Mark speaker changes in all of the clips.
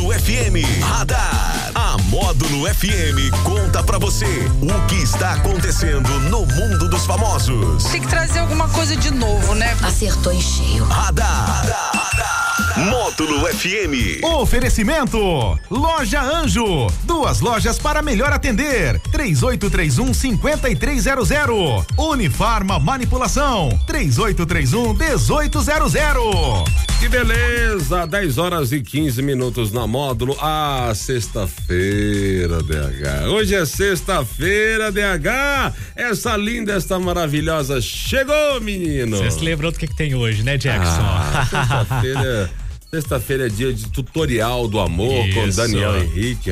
Speaker 1: FM. Radar. A Módulo FM conta pra você o que está acontecendo no mundo dos famosos.
Speaker 2: Tem que trazer alguma coisa de novo, né?
Speaker 3: Acertou em cheio.
Speaker 1: Radar. Módulo FM.
Speaker 4: Oferecimento: Loja Anjo. Duas lojas para melhor atender. 3831 5300. Unifarma Manipulação. 3831 1800.
Speaker 5: Que beleza! 10 horas e 15 minutos na módulo. Ah, sexta-feira, DH. Hoje é sexta-feira, DH. Essa linda, esta maravilhosa chegou, menino.
Speaker 6: Você se lembrou do que, que tem hoje, né, Jackson?
Speaker 5: Ah, sexta-feira. Sexta-feira é dia de tutorial do amor com
Speaker 6: Isso.
Speaker 5: Daniel Henrique,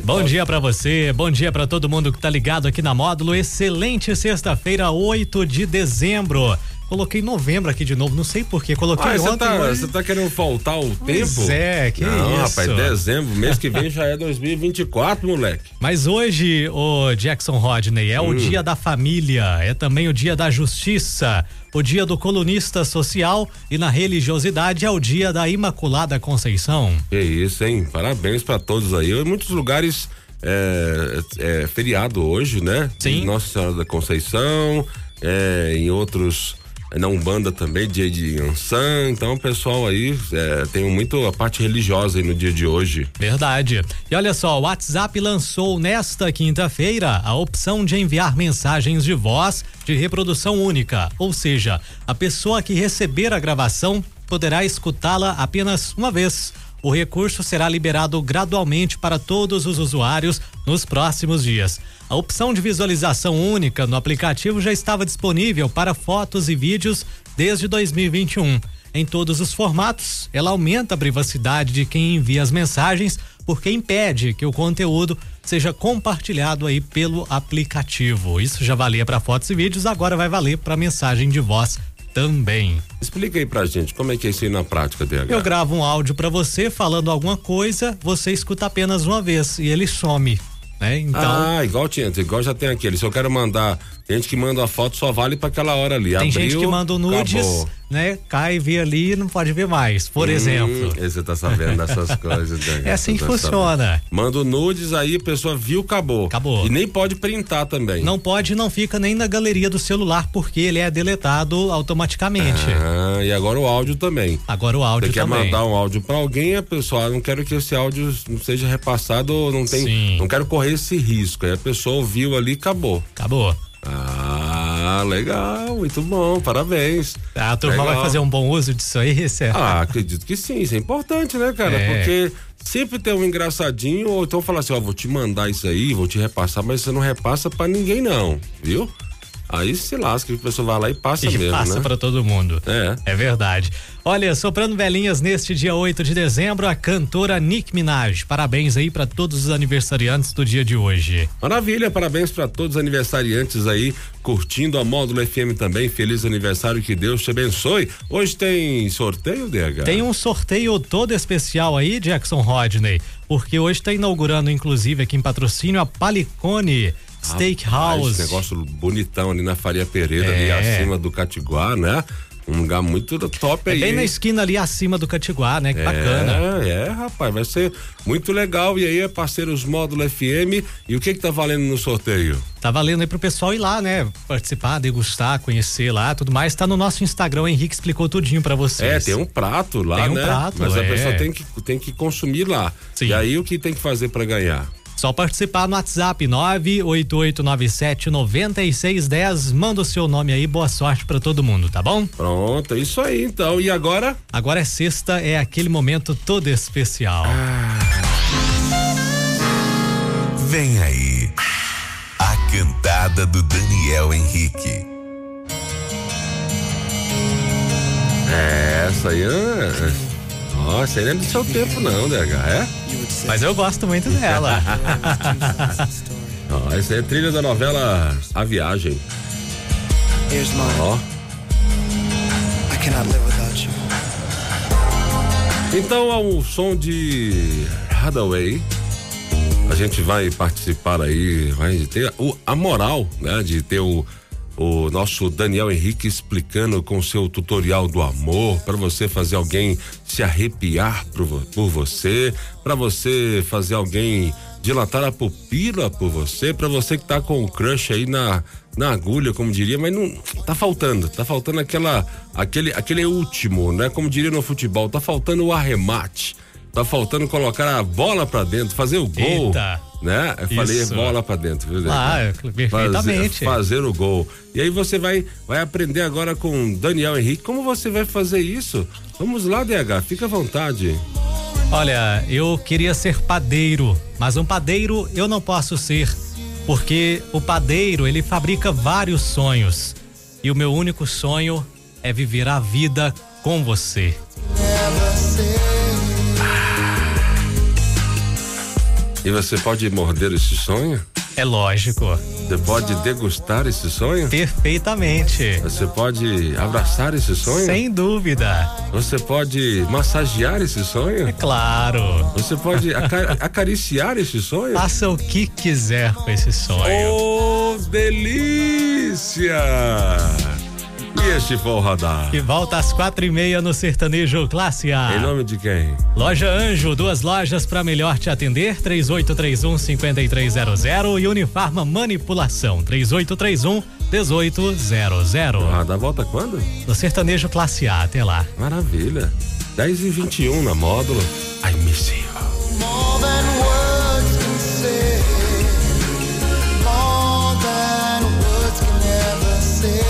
Speaker 6: Bom dia pra você, bom dia pra todo mundo que tá ligado aqui na Módulo. Excelente sexta-feira, 8 de dezembro. Coloquei novembro aqui de novo, não sei porquê. Coloquei
Speaker 5: Ah, você
Speaker 6: ontem.
Speaker 5: tá,
Speaker 6: hoje-
Speaker 5: você tá querendo faltar o
Speaker 6: Pois
Speaker 5: tempo?
Speaker 6: é, que
Speaker 5: Não,
Speaker 6: isso.
Speaker 5: rapaz, dezembro, mês que vem já é 2024, moleque.
Speaker 6: Mas hoje, o Jackson Rodney, é o dia da família, é também o dia da justiça, o dia do colunista social e na religiosidade é o dia da Imaculada Conceição.
Speaker 5: Que isso, hein? Parabéns pra todos aí. Em muitos lugares é, é feriado hoje, né?
Speaker 6: Sim.
Speaker 5: Em Nossa Senhora da Conceição, é, em outros. é, Na Umbanda também, dia de Ansan. Então, pessoal aí, é, tem muito a parte religiosa aí no dia de hoje.
Speaker 6: Verdade. E olha só, o WhatsApp lançou nesta quinta-feira a opção de enviar mensagens de voz de reprodução única, ou seja, a pessoa que receber a gravação poderá escutá-la apenas uma vez. O recurso será liberado gradualmente para todos os usuários nos próximos dias. A opção de visualização única no aplicativo já estava disponível para fotos e vídeos desde 2021 em todos os formatos, ela aumenta a privacidade de quem envia as mensagens, porque impede que o conteúdo seja compartilhado aí pelo aplicativo. Isso já valia para fotos e vídeos, agora vai valer para mensagem de voz também.
Speaker 5: Explica aí pra gente como é que é isso aí na prática, DH.
Speaker 6: Eu gravo um áudio para você falando alguma coisa, você escuta apenas uma vez e ele some, né? Então,
Speaker 5: ah, igual tinha, igual já tem aquele. Se eu quero mandar, tem gente que manda a foto só vale pra aquela hora ali.
Speaker 6: tem
Speaker 5: Abriu,
Speaker 6: gente que manda o nudes,
Speaker 5: acabou.
Speaker 6: né? Cai, vê ali e não pode ver mais, por exemplo.
Speaker 5: Hum, você tá sabendo dessas coisas, Daniel.
Speaker 6: É assim
Speaker 5: Você
Speaker 6: que
Speaker 5: tá
Speaker 6: funciona.
Speaker 5: sabendo. Manda o nudes aí, a pessoa viu, acabou.
Speaker 6: Acabou.
Speaker 5: E nem pode printar também.
Speaker 6: Não pode e não fica nem na galeria do celular, porque ele é deletado automaticamente.
Speaker 5: Ah, e agora o áudio também.
Speaker 6: Agora o áudio
Speaker 5: Você quer
Speaker 6: também.
Speaker 5: mandar um áudio pra alguém, a pessoa, ah, não quero que esse áudio não seja repassado, ou não tem,
Speaker 6: Sim.
Speaker 5: não quero correr esse risco. Aí a pessoa ouviu ali, acabou.
Speaker 6: Acabou.
Speaker 5: Ah, legal, muito bom, parabéns.
Speaker 6: A turma vai
Speaker 5: Legal.
Speaker 6: fazer um bom uso disso aí, é será?
Speaker 5: Ah, acredito que sim, isso é importante, né, cara?
Speaker 6: É.
Speaker 5: Porque sempre tem um engraçadinho, ou então fala assim, ó, vou te mandar isso aí, vou te repassar, mas você não repassa pra ninguém não, viu? Aí se lasca, a pessoa vai lá e passa
Speaker 6: e
Speaker 5: mesmo,
Speaker 6: passa
Speaker 5: né?
Speaker 6: pra todo mundo.
Speaker 5: É.
Speaker 6: É verdade. Olha, soprando velhinhas neste dia 8 de dezembro, a cantora Nick Minaj. Parabéns aí pra todos os aniversariantes do dia de
Speaker 5: É.
Speaker 6: hoje.
Speaker 5: Maravilha, parabéns pra todos os aniversariantes aí, curtindo a Módulo FM também, feliz aniversário, que Deus te abençoe. Hoje tem sorteio, DH?
Speaker 6: Tem um sorteio todo especial aí, Jackson Rodney, porque hoje está inaugurando, inclusive, aqui em patrocínio, a Palicone
Speaker 5: Rapaz,
Speaker 6: Steakhouse.
Speaker 5: Ah, Esse negócio bonitão ali na Faria Pereira,
Speaker 6: É.
Speaker 5: ali acima do Catiguá, né? Um lugar muito top
Speaker 6: É
Speaker 5: aí.
Speaker 6: bem na esquina ali acima do Catiguá, né? Que bacana.
Speaker 5: É, é, rapaz, vai ser muito legal. E aí, é parceiros Módulo FM, e o que que tá valendo no sorteio?
Speaker 6: Tá valendo aí pro pessoal ir lá, né? Participar, degustar, conhecer lá, tudo mais. Tá no nosso Instagram, o Henrique explicou tudinho pra vocês.
Speaker 5: É, tem um prato lá,
Speaker 6: Tem um
Speaker 5: né?
Speaker 6: prato,
Speaker 5: Mas a
Speaker 6: é.
Speaker 5: pessoa tem que, tem que consumir lá.
Speaker 6: Sim.
Speaker 5: E aí, o que tem que fazer para ganhar?
Speaker 6: Só participar no WhatsApp 988979610. Manda o seu nome aí, boa sorte pra todo mundo, tá bom?
Speaker 5: Pronto, é isso aí então. E agora?
Speaker 6: Agora é sexta, é aquele momento todo especial.
Speaker 5: Ah,
Speaker 1: Vem aí. A cantada do Daniel Henrique.
Speaker 5: É, essa aí. é- Nossa, aí não é do seu tempo, não, DH, é?
Speaker 6: Mas eu gosto muito dela.
Speaker 5: Ó, essa aí é trilha da novela A Viagem.
Speaker 7: Here's mine.
Speaker 5: Ó.
Speaker 7: I cannot live without you.
Speaker 5: Então, ao som de Hadaway, a gente vai participar aí, vai ter o- a moral, né, de ter o, o nosso Daniel Henrique explicando com seu tutorial do amor para você fazer alguém se arrepiar por, vo- por você, para você fazer alguém dilatar a pupila por você, para você que tá com o crush aí na na agulha, como diria, mas não tá faltando, tá faltando aquela aquele aquele último, né? Como diria no futebol, tá faltando o arremate. Tá faltando colocar a bola pra dentro, fazer o gol,
Speaker 6: Eita.
Speaker 5: né? Eu falei
Speaker 6: Isso.
Speaker 5: bola pra dentro, viu?
Speaker 6: Ah,
Speaker 5: né?
Speaker 6: é, perfeitamente.
Speaker 5: Fazer, fazer o gol. E aí você vai, vai aprender agora com Daniel Henrique como você vai fazer isso. Vamos lá, DH, fica à vontade.
Speaker 6: Olha, eu queria ser padeiro, mas um padeiro eu não posso ser, porque o padeiro ele fabrica vários sonhos e o meu único sonho é viver a vida com você.
Speaker 5: E você pode morder esse sonho?
Speaker 6: É lógico,
Speaker 5: Você pode degustar esse sonho?
Speaker 6: perfeitamente,
Speaker 5: Você pode abraçar esse sonho?
Speaker 6: sem dúvida,
Speaker 5: Você pode massagear esse sonho?
Speaker 6: claro.
Speaker 5: Você pode aca- acariciar esse sonho?
Speaker 6: Faça o que quiser com esse sonho.
Speaker 5: Oh, delícia! E este foi o radar.
Speaker 6: E volta às quatro e meia no Sertanejo Classe A.
Speaker 5: Em nome de quem?
Speaker 6: Loja Anjo, duas lojas para melhor te atender, 3831-5300 e Unifarma Manipulação, 3831-1800.
Speaker 5: O radar volta quando?
Speaker 6: No Sertanejo Classe A, até lá.
Speaker 5: Maravilha. 10 e 21 na módulo. I miss you.
Speaker 7: More than words can say. More than words can ever say.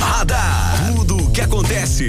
Speaker 1: Radar. Tudo o que acontece,